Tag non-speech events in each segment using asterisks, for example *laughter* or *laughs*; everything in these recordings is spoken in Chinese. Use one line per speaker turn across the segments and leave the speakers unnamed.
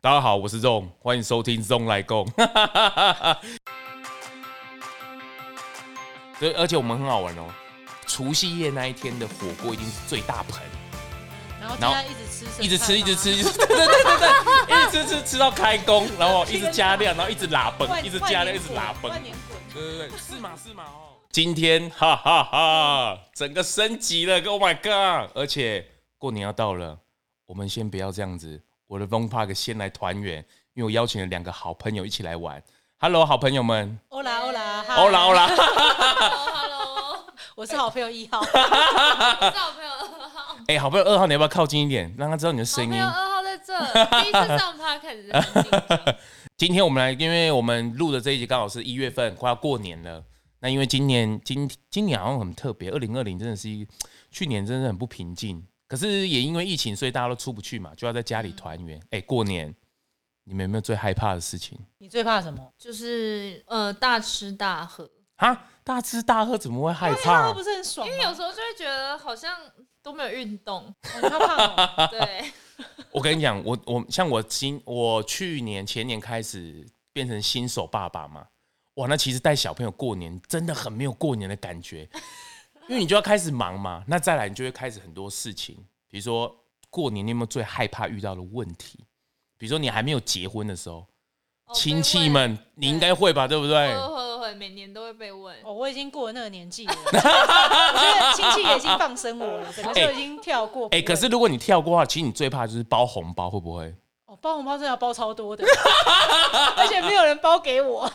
大家好，我是 Zong，欢迎收听 Zong 来共。 *laughs* 对，而且我们很好玩哦，除夕夜那一天的火锅一定是最大盆，
然后
然
大
后
家一直吃剩饭吗，
一直吃，一直吃，一直吃 *laughs* 对对对对对，一直吃吃吃到开工，然后一直加量，然后一直拉崩，
万，
一直加量，一直拉崩。
万年滚，
对对对，是嘛是嘛哦。今天哈哈哈，整个升级了，Oh my god！而且过年要到了，我们先不要这样子，我的 Von Park 先来团圆，因为我邀请了两个好朋友一起来玩。Hello，好朋友们，
欧啦欧啦，嗨
欧啦欧，啦，
Hello，
我是好朋
*laughs*
友一号，
我是好朋友二号，
哎、好朋友二号，你要不要靠近一点，让他知道你的声
哦好
音
朋？友二号在这，第一次上 podcast 很
*laughs*
紧张，
今天我们来，因为我们录的这一集刚好是一月份，快要过年了。那因为今年今今年好像很特别，二零二零真的是一去年真的很不平静。可是也因为疫情，所以大家都出不去嘛，就要在家里团圆。哎、过年你们有没有最害怕的事情？
你最怕什么？
就是呃大吃大喝，
啊，大吃大喝怎么会害
他
怕
不？是很爽吗，
因为有时候就会觉得好像都没有运
*laughs*
动，
哦他怕哦
对，
我跟你讲，我我像我今我去年前年开始变成新手爸爸嘛，哇，那其实带小朋友过年真的很没有过年的感觉， *laughs* 因为你就要开始忙嘛，那再来你就会开始很多事情，比如说过年你有没有最害怕遇到的问题？比如说你还没有结婚的时候，
哦
亲戚，们你应该会吧，对不
被
对？
问会会会，每年都会被问，
哦，我已经过了那个年纪
*laughs*
了，我觉得亲戚也已经放生我了，整个就已经跳过。
哎哎、可是如果你跳过的话，其实你最怕就是包红包，会不会？
哦，包红包真的要包超多的， *laughs* 而且没有人包给
*laughs*
我。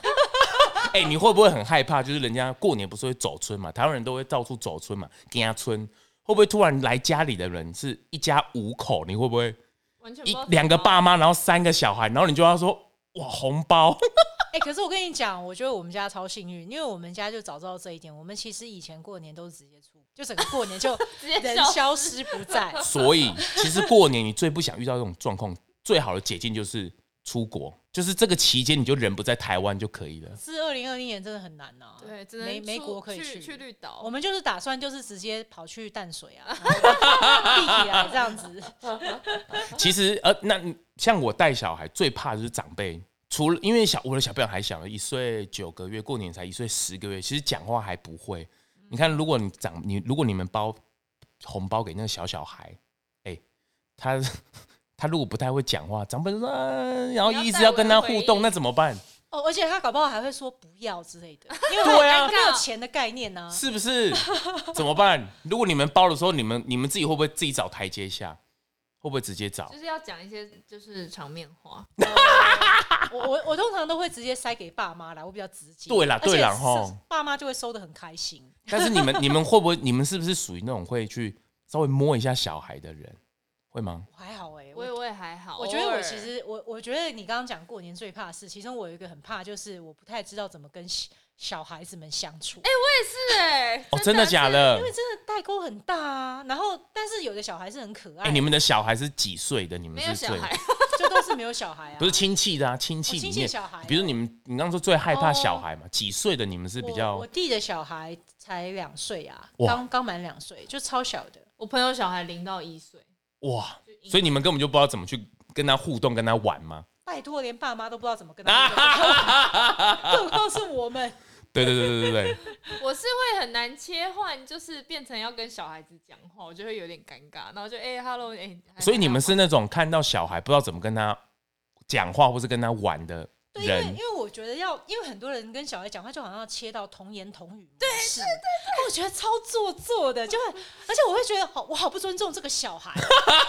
哎、你会不会很害怕？就是人家过年不是会走村嘛，台湾人都会到处走村嘛，跟家村。会不会突然来家里的人是一家五口？你会不会
完全不
一
知道怎么
两个爸妈，然后三个小孩，然后你就要说哇红包？ *laughs*
哎、可是我跟你讲，我觉得我们家超幸运，因为我们家就早知道这一点，我们其实以前过年都是直接出，就整个过年 *laughs* 就
直接
人
消失
消失不在。
所以其实过年你最不想遇到这种状况，最好的解禁就是出国，就是这个期间你就人不在台湾就可以了。
是二零二零年真的很难呐、
对，只能
美美
出
国可以
去去绿岛，
我们就是打算就是直接跑去淡水
*laughs*
啊，然后立起来这样子。
其实呃，那你像我带小孩最怕的就是长辈，除了因为小我的小朋友还小，一岁九个月，过年才一岁十个月，其实讲话还不会。你看，如果你长你如果你们包红包给那个小小孩，哎、他 *laughs* 他如果不太会讲话，长辈就说、啊然后
你要
一直
带
要
我
跟
的
他
回
互动，
应
那怎么办？
哦，而且他搞不好还会说不要之类的，因为
对啊
他没有钱的概念啊呢、
是不是？怎么办？如果你们包的时候，你们你们自己会不会自己找台阶下？会不会直接找
就？是要讲一些就是场面话，
我我我通常都会直接塞给爸妈啦，我比较直接。
对啦对啦
而且是
吼
爸妈就会收的很开心。 *laughs*
但是你们你们会不会你们是不是属于那种会去稍微摸一下小孩的人？会吗？
我还好哎、欸，
我也我也还好，
我觉得
偶
我
尔
其实我我觉得你刚刚讲过年最怕的事，其中我有一个很怕，就是我不太知道怎么跟小小孩子们相处。哎、
是哎，
*laughs* 哦，真的假
是？
的
因？为啊真的代沟很大啊。然后，但是有的小孩是很可爱，
哎、你们的小孩是几岁的？你们
没有
是
小
最
孩，
就都是没有小孩啊，
不是亲戚的啊？亲戚
我亲
里
戚
面，
小孩啊。
比如你们，你刚刚说最害怕
哦
小孩嘛？几岁的你们是比较
我我弟的小孩才两岁啊，
哇
刚刚满两岁，就超小的。
我朋友小孩零到一岁，
哇？
就婴
所以你们根本就不知道怎么去跟他互动、跟他玩吗？
拜托，连爸妈都不知道怎么跟
*laughs*
他互动，更何况是我们。
对对对对对对，
*laughs*
我是会很难切换，就是变成要跟小孩子讲话，我就会有点尴尬，然后就哎、欸、，hello，哎、还
所以你们是那种看到小孩不知道怎么跟他讲话或是跟他玩的
对，因为因
人。
为我觉得要，因为很多人跟小孩讲话，就好像要切到童言童语对对对，哦我觉得超做作的，就会，而且我会觉得好，我好不尊重这个小孩，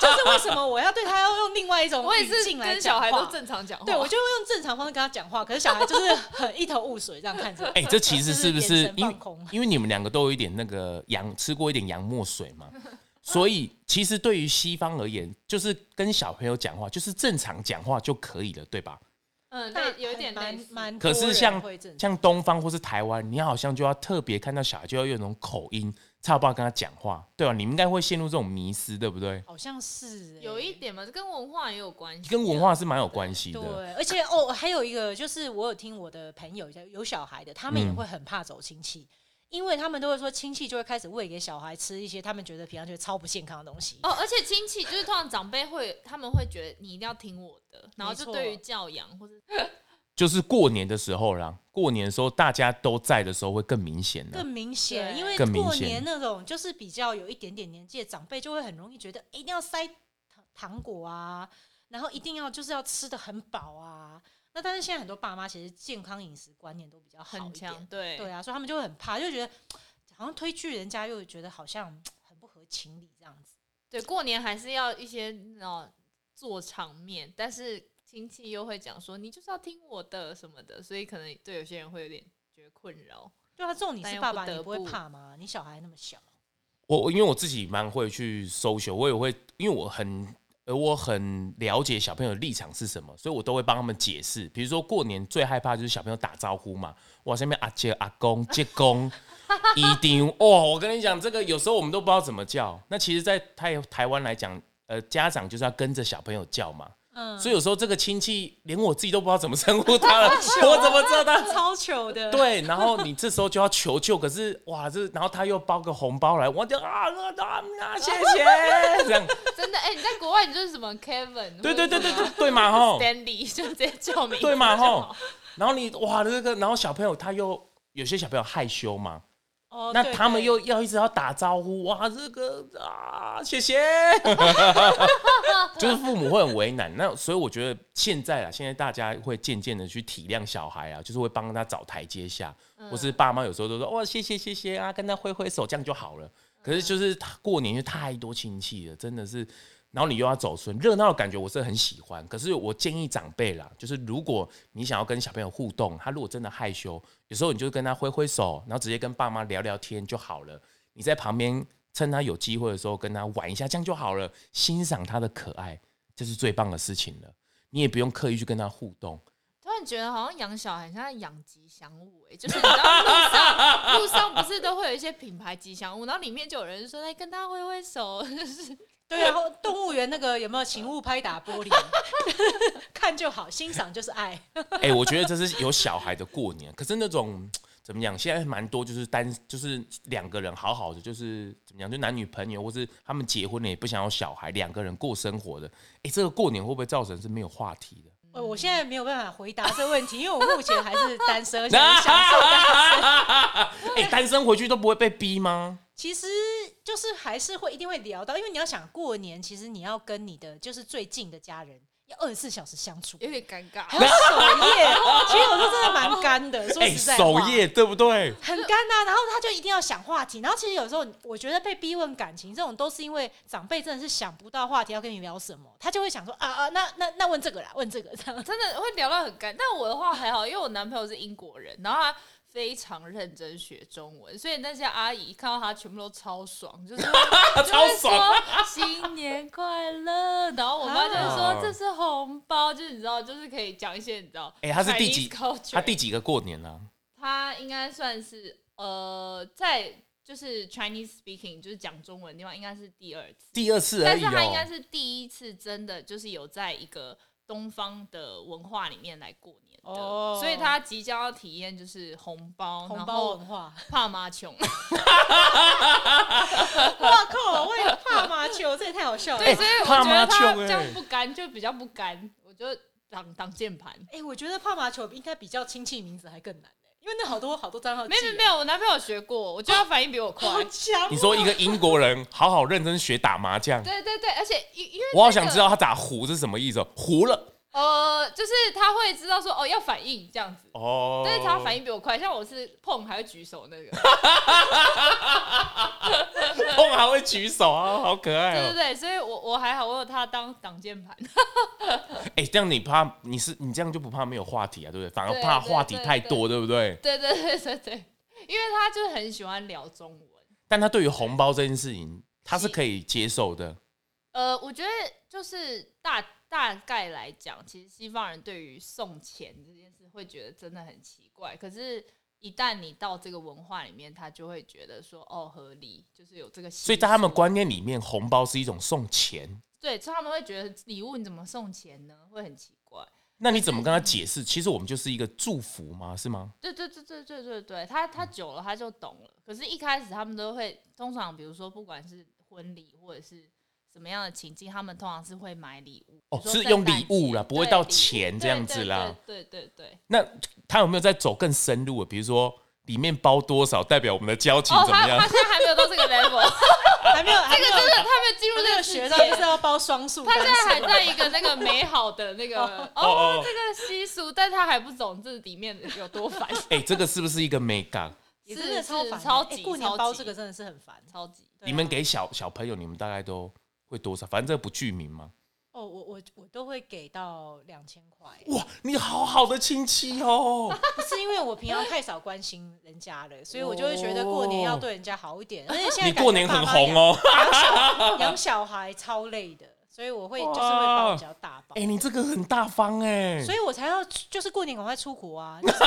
就是为什么我要对他要用另外一种
我也
语
是
境来
跟
讲
小
话？
孩都正常讲话，
对，我就会用正常方式跟他讲话，可是小孩就是很一头雾水这样看
*laughs*
着我。
哎、这其实是不
就是
是
眼神
因为
放空
因为你们两个都有一点那个洋，吃过一点洋墨水
*laughs*
嘛，所以其实对于西方而言，就是跟小朋友讲话，就是正常讲话就可以了，对吧？
嗯，
那
对，有一点
蛮
类似
蛮多
可
人会这样。
是像像东方或是台湾，你好像就要特别看到小孩，就要有那种口音，才有办法跟他讲话，对吧？你们应该会陷入这种迷失，对不对？
好像是欸、
有一点嘛，这跟文化也有关系，啊
跟文化是蛮有关系
对
的。，
而且哦，还有一个就是我有听我的朋友有小孩的，他们也
嗯
会很怕走亲戚。因为他们都会说亲戚就会开始喂给小孩吃一些他们觉得平常觉得超不健康的东西。
哦，而且亲戚就是通常长辈会，他们会觉得你一定要听我的，然后
没
就
错
对于教养或者
就是过年的时候啦，过年的时候大家都在的时候会更明显的
更。明显，
对
因为
更明
过
显
年那种就是比较有一点点年纪的长辈，就会很容易觉得、诶一定要塞糖糖果啊，然后一定要就是要吃的很饱啊。那但是现在很多爸妈其实健康饮食观念都比较好
很
一点
强，，对
对啊，所以他们就会很怕，就觉得好像推拒人家，又觉得好像很不合情理这样子。
对，过年还是要一些哦做场面，但是亲戚又会讲说你就是要听我的什么的，所以可能对有些人会有点觉得困扰。
对啊，这种你
但
是
又
爸
不
爸，
得
你不会
不
怕吗？你小孩那么小，
我我因为我自己蛮会去搜寻，我也会，因为我很呃我很了解小朋友的立场是什么，所以我都会帮他们解释。比如说过年最害怕就是小朋友打招呼嘛，哇，下面阿姐、阿公、姐公、姨丁，哇、我跟你讲，这个有时候我们都不知道怎么叫。那其实，在台台湾来讲，呃，家长就是要跟着小朋友叫嘛。
嗯，
所以有时候这个亲戚连我自己都不知道怎么称呼他了，我怎么知道他
*laughs* 超糗 *laughs* 的，
对，然后你这时候就要求救，可是哇，这然后他又包个红包来，我就啊啊啊啊，谢谢，这样，
真的，哎、你在国外你就是什么 Kevin，
对对对对对
*laughs* 对
对嘛吼，
，Stanley 就直接叫名字就好，
对嘛吼，然后你哇这个，然后小朋友他又有些小朋友害羞嘛，
哦，
那
对
他们
对
又要一直要打招呼，哇这个啊谢
*laughs*
谢，就是父母会很为难，那所以我觉得现在啊，现在大家会渐渐的去体谅小孩啊，就是会帮他找台阶下，
嗯
或是爸妈有时候都说哇谢谢谢谢啊，跟他挥挥手这样就好了。可是就是他过年就太多亲戚了，真的是，然后你又要走村，热闹的感觉我是很喜欢。可是我建议长辈啦，就是如果你想要跟小朋友互动，他如果真的害羞，有时候你就跟他挥挥手，然后直接跟爸妈聊聊天就好了。你在旁边趁他有机会的时候跟他玩一下，这样就好了，欣赏他的可爱，这是最棒的事情了。你也不用刻意去跟他互动，
突然觉得好像养小孩很像在养吉祥物、哎，就是你知道路上路上不是都会有一些品牌吉祥物，然后里面就有人说来跟他挥
*laughs*
挥手，就是
对啊，动物园那个有没有请勿拍打玻璃？ *laughs* 看就好，欣赏就是爱。
*laughs* 哎、我觉得这是有小孩的过年，可是那种怎么讲，现在蛮多就是单就是两个人好好的，就是怎么讲，就男女朋友或是他们结婚了也不想要小孩，两个人过生活的，哎、这个过年会不会造成是没有话题的？
呃，我现在没有办法回答这问题，因为我目前还是
*laughs*
单身，而且很享受单身。
哎、单身回去都不会被逼吗？
其实就是还是会一定会聊到，因为你要想过年，其实你要跟你的就是最近的家人要二十四小时相处，
有点尴尬
还。有守夜。其实有时候真的蛮干的，说
哎、
实在
守
话。
夜对不对？
很干呐、然后他就一定要想话题，然后其实有时候我觉得被逼问感情这种，都是因为长辈真的是想不到话题要跟你聊什么，他就会想说啊啊，那那那问这个啦，问这个这样。
*laughs* 真的会聊到很干。但我的话还好，因为我男朋友是英国人，然后他非常认真学中文，所以那些阿姨看到他全部都超爽，就是就
*laughs* 超
会
爽
说新年快乐，然后我妈就会
啊
说这是红包，就是你知道，就是可以讲一些你知道，
哎他是第几
Chinese culture
他第几个过年了、啊
他应该算是呃在。就是 Chinese speaking，就是讲中文的地方，应该是第二次，
第二次而
但
已
是他应该
哦、
是第一次真的就是有在一个东方的文化里面来过年的，
哦
所以他即将要体验就是红包，
红
然
包
后
文化，
怕妈穷，
我靠，我也怕麻球，这也太好
*laughs*
笑了。
哎
对，所以我
怕
觉
妈
得他
穷欸
这样不甘，就比较不甘，我就挡挡键盘。
哎、我觉得怕麻球应该比较亲戚名字还更难、欸、因为那好多好多账号记
没
啊，
有没有，我男朋友学过，我觉得他反应比我快。
好强哦、
你说一个英国人好好认真学打麻将，
对对对，而且因因为
我好想知
道，
道他打胡是什么意思哦，胡了
呃，就是他会知道说哦要反应这样子，
哦，
但是他反应比我快，像我是碰还会举手那个，
碰还会举手啊，好可爱
对
哦、
对对，所以我我还好，我有他当挡键盘。
哎、这样你怕你是你这样就不怕没有话题啊，对不对？反而
对
怕
对
话题
对
太
对
多，对不对？
对对对对对，因为他就是很喜欢聊中文。
但他对于红包这件事情，他是
是
可以接受的。
呃，我觉得就是大大概来讲，其实西方人对于送钱这件事会觉得真的很奇怪，可是。一旦你到这个文化里面，他就会觉得说哦合理，就是有这个习俗。
所以在他们观念里面，红包是一种送钱。
对，所以他们会觉得礼物你怎么送钱呢？会很奇怪。
那你怎么跟他解释？其实我们就是一个祝福吗？是吗？
对对对对对对对，他
嗯
他久了他就懂了。可是，一开始他们都会，通常比如说不管是婚礼或者是什么样的情境，他们通常是会买礼物，
哦
比如说
是用
圣诞
礼物啦
节
不会
对
到
礼物
钱这样子啦
对对对对对
那他有没有在走更深入的？比如说里面包多少，代表我们的交情
哦，
怎
他
么
他
样？
现在还没有到这个 level，
还没有，还
这
没有
个真 *laughs* 的他没有进入
还没
这
有
个
学
世
到，就是
界。
要包双数
他
单
现在还
数。
在一个那个美好的那个
*laughs* 哦
哦，这个习俗，但他还不懂这里面有多烦，
哎、这个是不是一个美感？
也真的
是
超
是
烦的，
超
哎
级
过年
超
包
级
这个真的是很烦。
超级。
对啊
你们给小小朋友，你们大概都会多少？反正这不具名嘛。
哦，我我我都会给到两千块， *laughs*
哇，你好好的亲戚哦！
不是因为我平常太少关心人家了，所以我就会觉得过年要对人家好一
哦
点。而且现在
你过年很红哦。
养小养小孩超累的，所以我会就是会包比较大包
哎、，你这个很大方哎、
所以我才要就是过年赶快出国啊，就是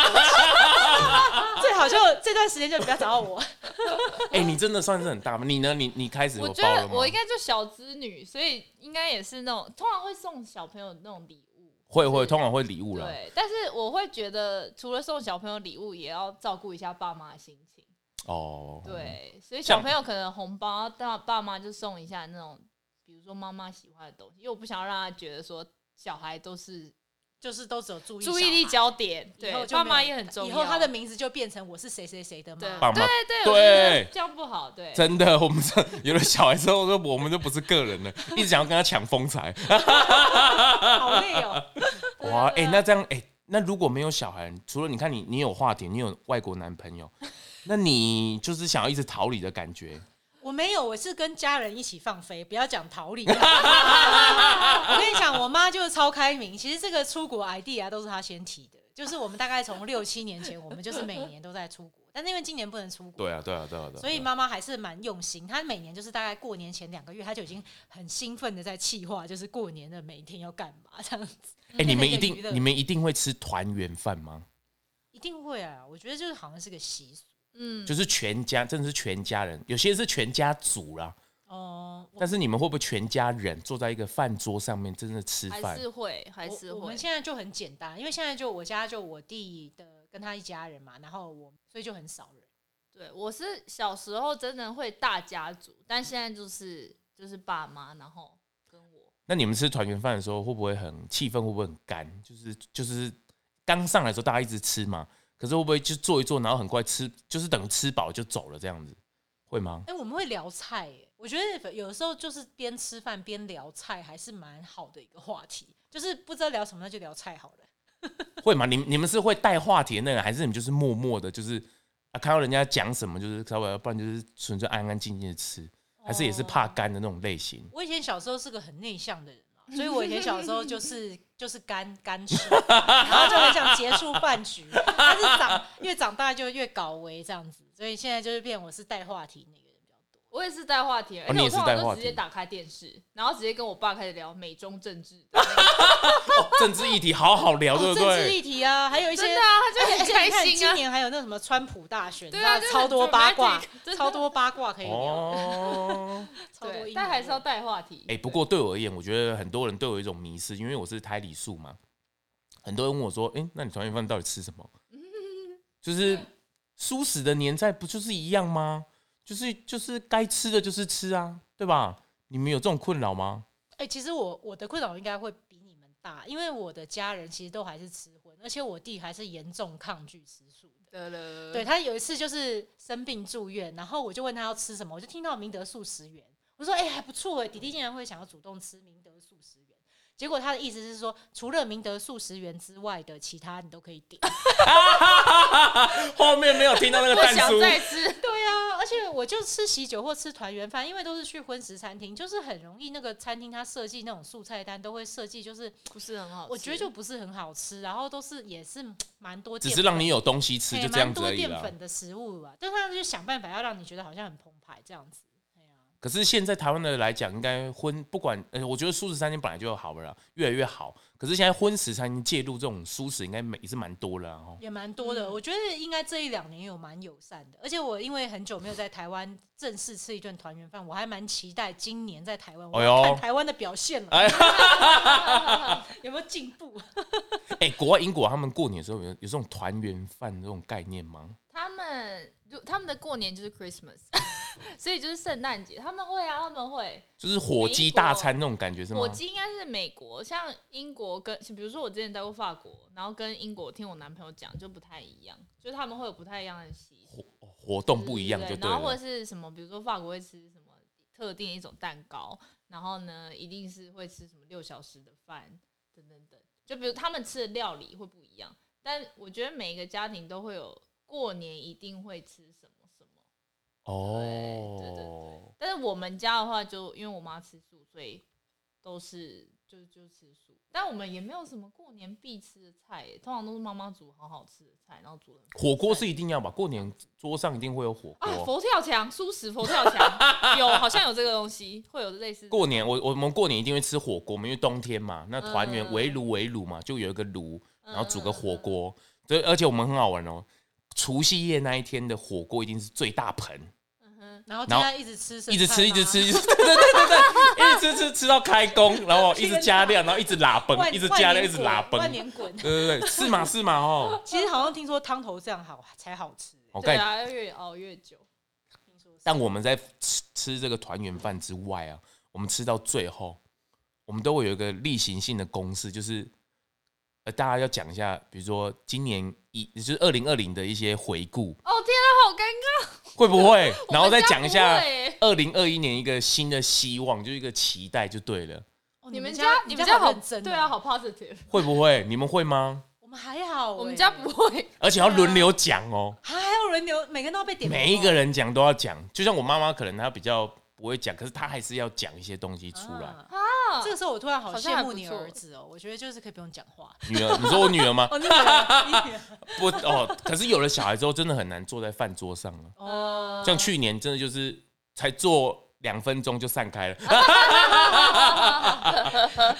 *laughs* 最好就这段时间就不要找到我。 *laughs*
哎、你真的算是很大方。你呢？你你开始有
我觉
包了
得
吗
我？应该就小资女，所以应该也是那种通常会送小朋友那种礼物。
会会，通常会礼物啦。
对，但是我会觉得，除了送小朋友礼物，也要照顾一下爸妈的心情。
哦，，
对，所以
像
小朋友可能红包，爸爸妈就送一下那种，比如说妈妈喜欢的东西，因为我不想让他觉得说小孩都是
就是都只有注意
注意力
小孩
焦点，
以后
对，
就没
爸
有
妈也很重要。
以后他的名字就变成我是谁谁谁的
对
妈。
爸妈
对对
对
我觉得这样不好，对，
真的， *laughs* 我们这有了小孩之后，说我们就不是个
*laughs*
人了，一直想要跟他抢风采。
好累
*laughs*
哦。
哇，哎、
对啊
那这样，哎、那如果没有小孩，除了你看你，你有话题，你有外国男朋友，那你就是想要一直逃离的感觉。
我没有，我是跟家人一起放飞，不要讲逃
*laughs*
离。我跟你讲，我妈就是超开明。其实这个出国 idea 都是她先提的，就是我们大概从六七年前，我们就是每年都在出国，但是因为今年不能出国，
对啊，对啊，对啊，对啊。
所以妈妈还是蛮用心。她每年就是大概过年前两个月，她就已经很兴奋的在计划，就是过年的每一天要干嘛这样子。
哎、你们一
那
定
个娱乐，
你们一定会吃团圆饭吗？
一定会啊，我觉得就是好像是个习俗
嗯，
就是全家，真的是全家人，有些是全家族啦。
哦。我
但是你们会不会全家人坐在一个饭桌上面，真的吃
还
饭？
是会还是
我我
会
们，现在就很简单，因为现在就我家就我弟的跟他一家人嘛，然后我所以就很少人。
对我是小时候真的会大家族，但现在就是就是爸妈，然后跟我。
那你们吃团圆饭的时候，会不会很气氛？会不会很干？就是就是刚上来的时候，大家一直吃嘛，可是会不会就坐一坐，然后很快吃，就是等吃饱就走了这样子，会吗？
哎、我们会聊菜、耶，我觉得有时候就是边吃饭边聊菜，还是蛮好的一个话题。就是不知道聊什么，那就聊菜好了。
会吗？你你们是会带话题的那个，还是你们就是默默的，就是啊看到人家讲什么，就是稍微，不然就是纯粹安安静静的吃，还是也是怕干的那种类型？
我以前小时候是个很内向的人嘛，所以我以前小时候
*laughs*
就是就是干干吃，然后就很想结束饭局，但是长越长大就越搞为这样子，所以现在就是变我是带话题那个人比较多。
我也是带话题，而
你也
且我
是
通
带
常
话
都
题
直接打开电视，然后直接跟我爸开始聊美中政治的那个。
哦政治议题好好聊，对
哦
不
政治
对？
议题啊，还有一些
真的啊， *laughs* 他就
而且
很
你看
开心
今
啊。
年还有那什么川普大选，
对啊
你知
就
道
很
超多八卦
dramatic，真，的
超多八卦可以聊，
哦，
超多
对，
阴谋
但还是要
论。
带话题。
哎、不过对我而言，我觉得很多人对我有一种迷失，因为我是胎里素嘛，很多人问我说：“哎、那你团圆饭到底吃什么？”就是素食的年代不就是一样吗？就是就是该吃的就是吃啊，对吧？你们有这种困扰吗？
哎，其实我我的困扰应该会比你们大，因为我的家人其实都还是吃荤，而且我弟还是严重抗拒吃素的。
对了，
对他有一次就是生病住院，然后我就问他要吃什么，我就听到明德素食园，我说哎、还不错哎，弟弟竟然会想要主动吃明德素食园。结果他的意思是说，除了明德素食园之外的其他你都可以点。 *laughs*
*laughs* 后面没有听到那
*laughs*
个
不
蛋
想
叔，
再吃。
对啊，而且我就吃喜酒或吃团圆饭，因为都是去荤食餐厅，就是很容易那个餐厅它设计那种素菜单都会设计，就是
不是很好吃
我觉得就不是很好吃，然后都是也是嗯蛮多
只
淀
是让你有东西吃，
嘿
就这
蛮
样子
多
而已
淀
啦。
粉的食物吧，但是他就想办法要让你觉得好像很澎湃这样子。哎呀
可是现在台湾的来讲，应该荤不管，呃，我觉得素食餐厅本来就好了啦，越来越好。可是现在荤食餐厅介入这种素食，应该每也是蛮多了
*laughs*
哦。
也蛮多的，
嗯
我觉得应该这一两年有蛮友善的，而且我因为很久没有在台湾正式吃一顿团圆饭，我还蛮期待今年在台湾，我
哎呦
*laughs* 要看台湾的表现了，有没有进步？
哎、国外英国他们过年的时候有有这种团圆饭这种概念吗？
他们就他们的过年就是 Christmas，所 *laughs* 以就是圣诞节，他们会啊，他们会。
就是火鸡大餐那种感觉是吗
火？鸡应该是美国，像英国跟比如说我之前待过法国，然后跟英国听我男朋友讲就不太一样，就是他们会有不太一样的习俗，
活活动不一样就对
然后或者
了。
是什么，比如说法国会吃什么特定一种蛋糕，然后呢一定是会吃什么六小时的饭等等等，就比如他们吃的料理会不一样，但我觉得每一个家庭都会有过年一定会吃什么什么。对对
哦，
但是我们家的话就，因为我妈吃素，所以都是就就吃素。但我们也没有什么过年必吃的菜耶，通常都是妈妈煮好好吃的菜，然后煮的
火锅是一定要吧？过年桌上一定会有火
啊，
锅。
佛跳墙、素食佛跳
*laughs*
墙有，好像有这个东西，会有类似
过年我我我们过年一定会吃火锅嘛，因为冬天嘛，那团圆
嗯
围炉围炉嘛，就有一个炉，然后煮个火。
嗯嗯嗯嗯
锅。所以而且我们很好玩哦，除夕夜那一天的火锅一定是最大盆，
嗯哼
然后
然
大
后
家一直吃生菜啊
一直
吗，
吃一直
*laughs*
吃，一直对对对对对，一直吃吃吃到开工，然后一直加料，然后一直拉崩，
万，
一直加
万
料，
年
一直拉
滚
崩。对
万年滚。
对对，是嘛是嘛哦，
其实好像听说汤头这样好才好吃，
我跟
对
你
啊，越熬越久。
听说是
但我们在吃吃这个团圆饭之外啊，我们吃到最后，我们都会有一个例行性的公式，就是呃，大家要讲一下，比如说今年一就是二零二零的一些回顾，
哦天啊，好尴尬！
会不
*laughs*
会？
我
然后
们
再
家
讲一
不
下
会耶
二零二一年一个新的希望，就是一个期待，就对了，
哦
你们
家
家你
们
们家
好
好
认真，哦
对啊，，好 positive。
会不会？你们会吗？
我们还好欸，
我们家不会，
而且要轮流讲哦，
还还有人流，每个人都要被
啊
点名哦，
每一个人讲都要讲。就像我妈妈，可能她比较不会讲，可是她还是要讲一些东西出来。
啊
啊
这个时候我突然好
好像
羡
还
慕
不
你
错
儿子哦，我觉得就是可以不用讲
*laughs*
话。
女儿，你说我女儿吗？
哦，你女儿你女儿
不哦，可是有了小孩之后，真的很难坐在饭桌上了。
呃
哦，
嗯
像去年真的就是才坐两分钟就散开了。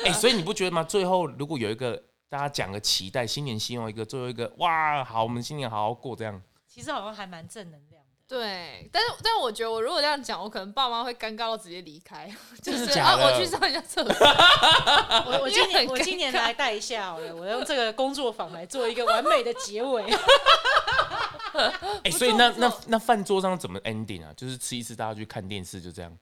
哎、所以你不觉得吗？最后如果有一个大家讲个期待，新年希望一个，最后一个哇，好，我们新年好好过这样。
其实好像还蛮正能量的。
对，但是但我觉得我如果这样讲，我可能爸妈会尴尬到直接离开， *laughs* 就
真的
是
假
啊，
的
我去上一下
*laughs*
厕所。
我我
啊因为
今年
很
我
尴
今年
尬
来带一下好了，我用这个工作坊来做一个完美的结
*laughs*
尾。
哎、所以那那那饭桌上怎么 ending 啊？就是吃一次，大家去看电视，就这样。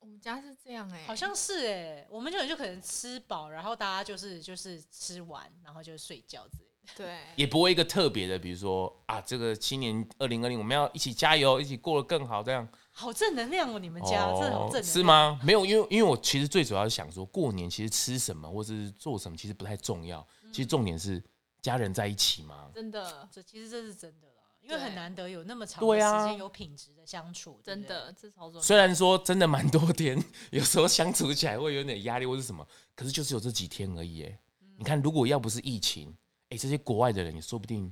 我们家是这样哎、
好像是哎、我们就就可能吃饱，然后大家就是就是吃完，然后就睡觉之类的。
对，
也不会一个特别的，比如说啊，这个新年二零二零，我们要一起加油，一起过得更好，这样。
好正能量哦，你们家、真的好正能量，
是？吗？没有，因为因为我其实最主要是想说，过年其实吃什么或者是做什么，其实不太重要，
嗯
其实重点是家人在一起嘛。
真的
这其实这是真的啦，因为
对
很难得有那么长的
对啊
时间有品质的相处，对不
真
对。
的，这超重
*laughs*
要。
虽然说真的蛮多天，有时候相处起来会有点压力或是什么，可是就是有这几天而已。哎，
嗯
你看，如果要不是疫情，哎，这些国外的人也说不定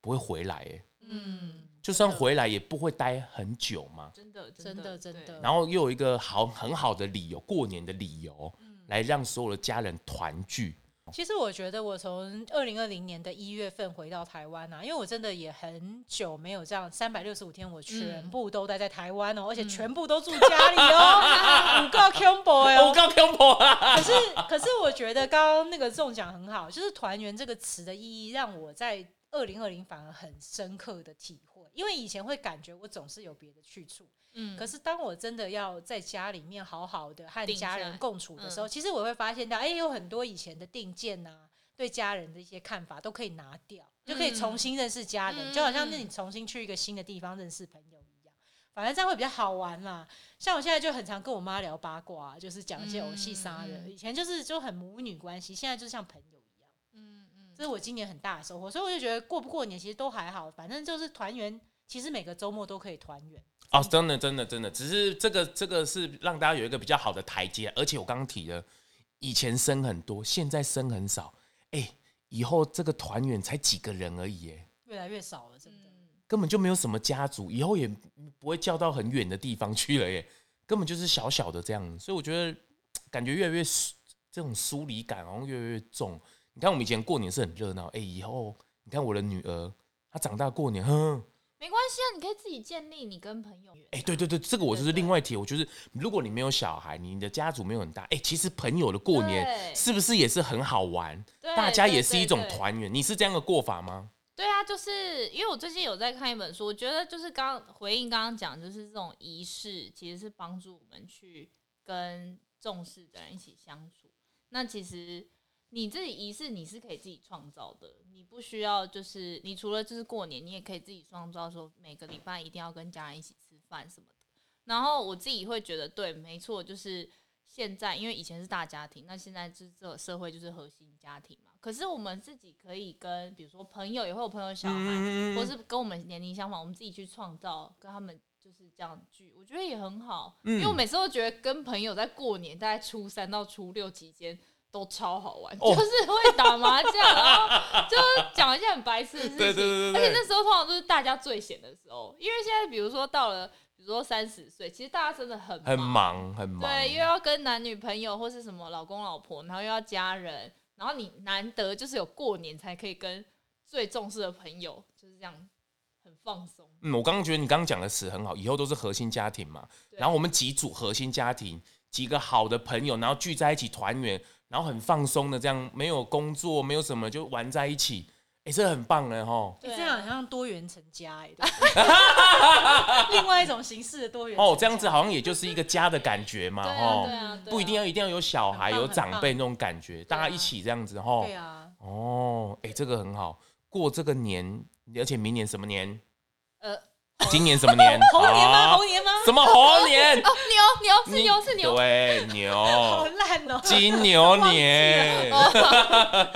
不会回来。哎，
嗯，
就算回来也不会待很久嘛。
真的
真的真的
然后又有一个好很好的理由，过年的理由，
嗯
来让所有的家人团聚。
其实我觉得我从二零二零年的一月份回到台湾啊，因为我真的也很久没有这样三百六十五天，我全部都待在台湾哦，而且全部都住家里哦，五个 combo
我
哦。
告漂泊啊！
可是可是我觉得刚刚那个中奖很好，就是团圆这个词的意义，让我在二零二零反而很深刻的体会，因为以前会感觉我总是有别的去处，
嗯，
可是当我真的要在家里面好好的和
定
家
下
人
来嗯
共处的时候，其实我会发现到，哎、有很多以前的定见呐、对家人的一些看法都可以拿掉，就可以重新认识家人，
嗯
就好像
嗯
是你重新去一个新的地方认识朋友一样。反正这样会比较好玩啦。像我现在就很常跟我妈聊八卦、就是讲一些偶戏啥的。
嗯嗯嗯
以前就是就很母女关系，现在就像朋友一样。
嗯嗯
这是我今年很大的收获，所以我就觉得过不过年其实都还好，反正就是团圆。其实每个周末都可以团圆。
哦，真的，真的，真的，只是这个这个是让大家有一个比较好的台阶，而且我刚刚提了，以前生很多，现在生很少，哎、以后这个团圆才几个人而已，哎，
越来越少了，真的。
嗯，
根本就没有什么家族，以后也不会叫到很远的地方去了，耶，根本就是小小的这样，所以我觉得感觉越来越疏这种疏离感好像越来越重。你看我们以前过年是很热闹，哎、以后你看我的女儿，她长大过年，哼，
没关系啊，你可以自己建立你跟朋友缘啊。
哎、对对对，这个我就是
对对
另外提，我就是如果你没有小孩，你的家族没有很大，哎、其实朋友的过年
对
是不是也是很好玩？
对
大家
对
也是
对
一种
对
团圆，你是这样的过法吗？
对啊，就是因为我最近有在看一本书，我觉得就是刚回应刚刚讲，就是这种仪式其实是帮助我们去跟重视的人一起相处。那其实你自己仪式你是可以自己创造的，你不需要就是你除了就是过年，你也可以自己创造说每个礼拜一定要跟家人一起吃饭什么的。然后我自己会觉得对，没错，就是现在因为以前是大家庭，那现在就是这个社会就是核心家庭嘛。可是我们自己可以跟比如说朋友也会有朋友小孩，
嗯
或是跟我们年龄相仿，我们自己去创造跟他们就是这样聚，我觉得也很好。因为我
嗯
每次都觉得跟朋友在过年，大概初三到初六期间都超好玩，
哦
就是会打麻将，然后就是讲一些很白痴的事情。
对对对对对
而且那时候通常都是大家最闲的时候，因为现在比如说到了，比如说三十岁，其实大家真的很
很忙很忙，
对，又要跟男女朋友或是什么老公老婆，然后又要家人，然后你难得就是有过年才可以跟最重视的朋友，就是这样很放松。
嗯，我刚刚觉得你刚刚讲的词很好，以后都是核心家庭嘛。
对
然后我们几组核心家庭，几个好的朋友，然后聚在一起团圆，然后很放松的这样，没有工作，没有什么，就玩在一起。哎、这很棒了吼！
你
对啊
这样好像多元成家哎、对不
*laughs*
对另外一种形式的多元
哦，
成
这样子
家
好像也就是一个家的感觉嘛，
对啊，
吼
对。啊，对啊
不一定要一定要有小孩
很棒
有
很
长
棒
辈那种感觉，
啊
大家一起这样子吼。
对啊，
哦，哎、这个很好，过这个年，而且明年什么年？
呃，
今年什么
*laughs*
年？
猴年吗？
啊
猴年吗？
什么猴年？
哦，牛牛是牛是牛，
啊对牛
好，烂哦、
金牛年。*laughs*
忘哦
哎、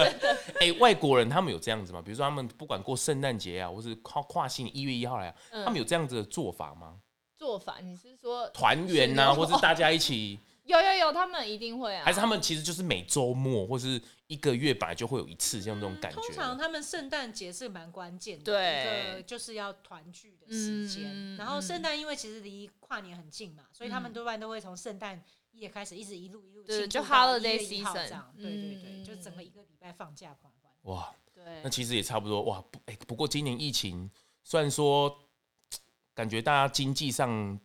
外国人他们有这样子吗？比如说他们不管过圣诞节啊，或是跨跨新一月一号来、啊，
嗯
他们有这样子的做法吗？
做法你是说
团圆呐，
是
或
牛
是大家一起，
有有有，他们一定会啊，
还是他们其实就是每周末或是一个月本来就会有一次像这种感觉。
通常他们圣诞节是蛮关键的，一
对
个就是要团聚的时间。
嗯嗯嗯
然后圣诞因为其实离跨年很近嘛，所以他们多半都会从圣诞夜开始一直一路一路
对
庆祝
就
到
holiday
1月1号
season
这样。对对对，
嗯
就整个一个礼拜放假狂欢。
哇，
对
那其实也差不多哇。不，哎、不过今年疫情，虽然说感觉大家经济上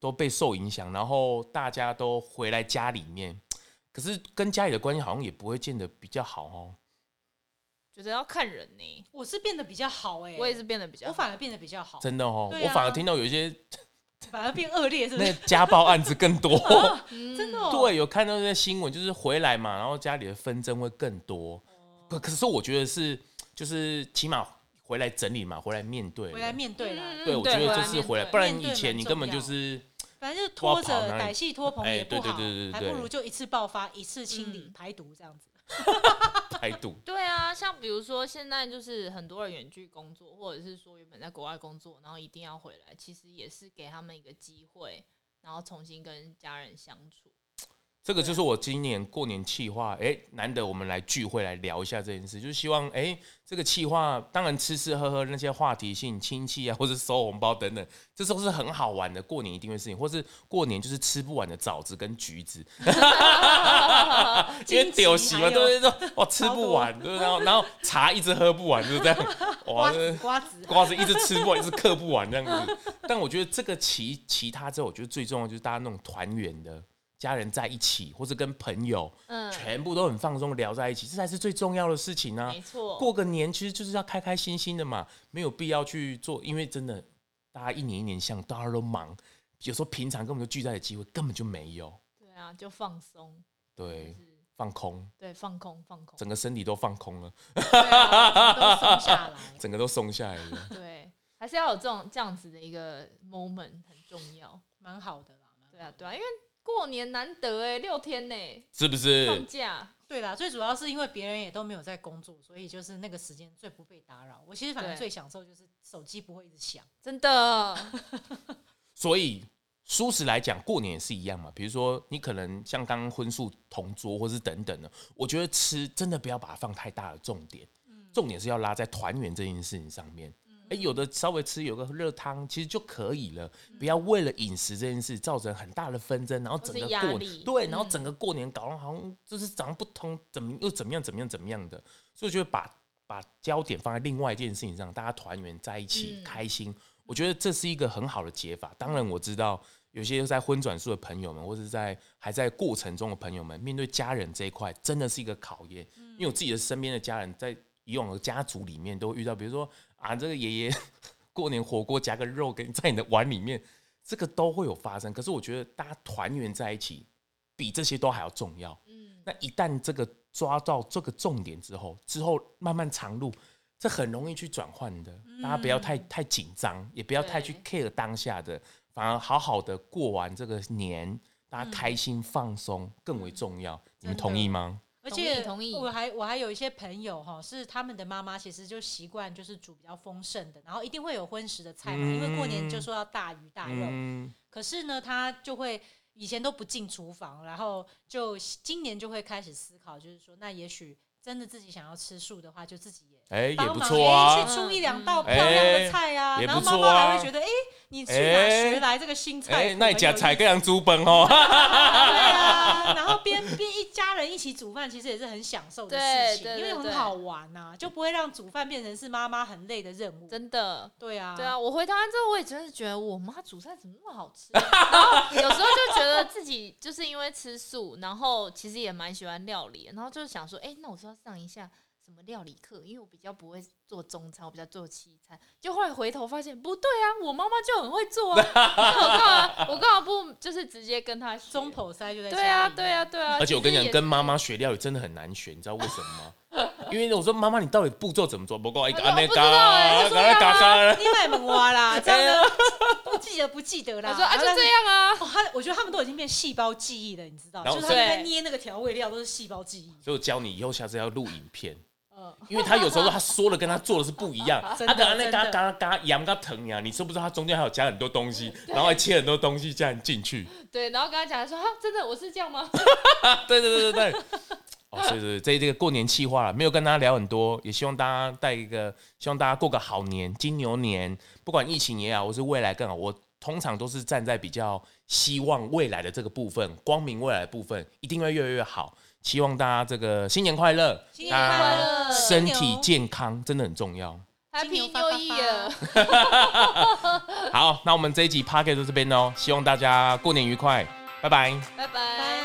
都被受影响，然后大家都回来家里面，可是跟家里的关系好像也不会见得比较好哦。
觉得要看人呢，
我是变得比较好哎、
我也是，变得比较
我反而变得比较好，
真的哦，
对啊
我反而听到有一些
反而变恶劣，是不
那
是？
家暴案子更多。
嗯
真的、哦，
对，有看到那些新闻，就是回来嘛，然后家里的纷争会更多。可可是我觉得是，就是起码回来整理嘛，回来面对了。
回来面对啦。
嗯
对，我觉
对
得
回来
就是
面
回来，
对
不然
面对
以前
很
你根本
重
就
要
是
反正就是拖
不好跑
着
哪里
歹戏拖棚
哎
也不好，
对对对对对
还不如就一次爆发，一次清理、
嗯
排毒这样子。
排毒。
对啊，像比如说现在就是很多人远距工作，或者是说原本在国外工作，然后一定要回来，其实也是给他们一个机会，然后重新跟家人相处。
这个
啊
就是我今年过年企划，哎、难得我们来聚会来聊一下这件事，就是希望哎、诶这个企划当然吃吃喝喝那些话题性亲戚啊，或是收红包等等，这都是很好玩的过年一定会事情，或是过年就是吃不完的枣子跟橘子，因为丢席嘛，
还有
对不
*laughs*
对？哇，哦吃不完，对不对？然后然后茶一直喝不完，就是这样，哇
瓜，子瓜子，
瓜子一直吃不完，一直嗑不完这样子。但我觉得这个其其他之后，我觉得最重要就是大家那种团圆的，家人在一起，或者跟朋友，
嗯，
全部都很放松地聊在一起，这才是最重要的事情啊
没。错。
过个年其实就是要开开心心的嘛，没有必要去做，因为真的大家一年一年像，大家都忙，有时候平常根本就聚在的机会根本就没有。
对啊，就放松，就
对，
是
放空，
对放空放空。
整个身体都放空了，
对
*laughs*
啊都松下来。
整个都松下来了。
对，还是要有这种这样子的一个 moment 很重要。
蛮好的啦。蛮
对啊，对啊，因为过年难得哎，六天呢，
*laughs* 是不
放
是？
假。
对啦，最主要是因为别人也都没有在工作，所以就是那个时间最不被打扰。我其实反正
对
最享受就是手机不会一直响。
真的，
所以舒适来讲，过年也是一样嘛。比如说，你可能像刚刚荤素同桌，或是等等的，我觉得吃真的不要把它放太大的重点，
嗯
重点是要拉在团圆这件事情上面。哎、有的稍微吃有个热汤，其实就可以了，
嗯
不要为了饮食这件事造成很大的纷争，然后整个
或是压
过
力嗯
年对，然后整个过年搞得好像就是长得不通，怎么又怎么样怎么样怎么样的，所以我觉得把把焦点放在另外一件事情上，大家团圆在一起、
嗯
开心，我觉得这是一个很好的解法。当然，我知道有些在婚转述的朋友们，或是在还在过程中的朋友们，面对家人这一块，真的是一个考验。因为我自己的身边的家人，在以往的家族里面，都会遇到，比如说啊，这个爷爷 *laughs* 过年火锅夹个肉给你在你的碗里面，这个都会有发生。可是我觉得大家团圆在一起，比这些都还要重要。
嗯，
那一旦这个抓到这个重点之后，之后慢慢长路，这很容易去转换的。大家不要太太紧张，也不要太去 care 当下的，反而好好的过完这个年，大家开心放松更为重要。你们同意吗？
而
同意
且
同意
我还我还有一些朋友哈，是他们的妈妈其实就习惯就是煮比较丰盛的，然后一定会有荤食的菜嘛，
嗯
因为过年就说要大鱼大肉。
嗯，
可是呢，他就会以前都不进厨房，然后就今年就会开始思考，就是说，那也许真的自己想要吃素的话，就自己也。
哎、也
帮
不
忙
错
哎
啊。
去出一两道
嗯
漂亮的菜啊，
哎也
然后
不
妈
错
妈还
啊
会觉得，哎、你去哪
哎
学来这个新菜谱？
哎、那你夹
才
菜各样猪本哦。
对啊，然后边边一家人一起煮饭，其实也是很享受的事情，
对对
因为
对
很好玩呐、啊，就不会让煮饭变成是妈妈很累的任务。
真的。
对啊，
对啊，我回台湾之后，我也真的觉得我妈煮菜怎么那么好吃啊、然后有时候就觉得自己就是因为吃素，然后其实也蛮喜欢料理的，然后就想说，哎、那我是要上一下什么料理课，因为我比较不会做中餐，我比较做西餐。就后来回头发现不对啊，我妈妈就很会做啊， *laughs* 我干嘛我干嘛不就是直接跟她学
中剖塞就在
对啊，
家里
对啊，，对
*laughs*
啊。
而且我跟
其实
你讲，
也
跟妈妈学料理真的很难学，你知道为什么吗？因为我说妈妈，你到底步骤怎么做？不过一个
她说
那嘎
我不知道
嘎
哎她说
嘎嘎嘎，
你买萌蛙
*laughs*
啦，这样呢不记得不记得啦。
哎我说啊，就
然后但是
这。样啊， *laughs*
哦，他我觉得他们都已经变细胞记忆了，你知道，
然
就
后
是他们
对啊
在捏那个调味料都是细胞记忆。
所以我教你以后下次要录影片，
嗯，
*laughs* 因为他有时候他说的跟他做的是不一样，他
*laughs* 真
的
的
那嘎
真的
嘎嘎羊嘎疼呀，你知不知道他中间还有加很多东
*laughs*
西，然后还切很多东西加进去？ *laughs* 啊
对，然后跟他讲说啊，真的我是这
*laughs*
样吗？
对对对对对。哦，所以对这这个过年气话了，没有跟大家聊很多，也希望大家带一个，希望大家过个好年，金牛年，不管疫情也好，或是未来更好，我通常都是站在比较希望未来的这个部分，光明未来的部分一定会越来越好，希望大家这个新年快乐，
新年快
大家
乐，
身
金
体
牛
健康真的很重要。
Happy
呃金牛
New
发发
Year！
好，那我们这一集 p o c k e t 到这边喽，希望大家过年愉快，拜拜。
拜拜。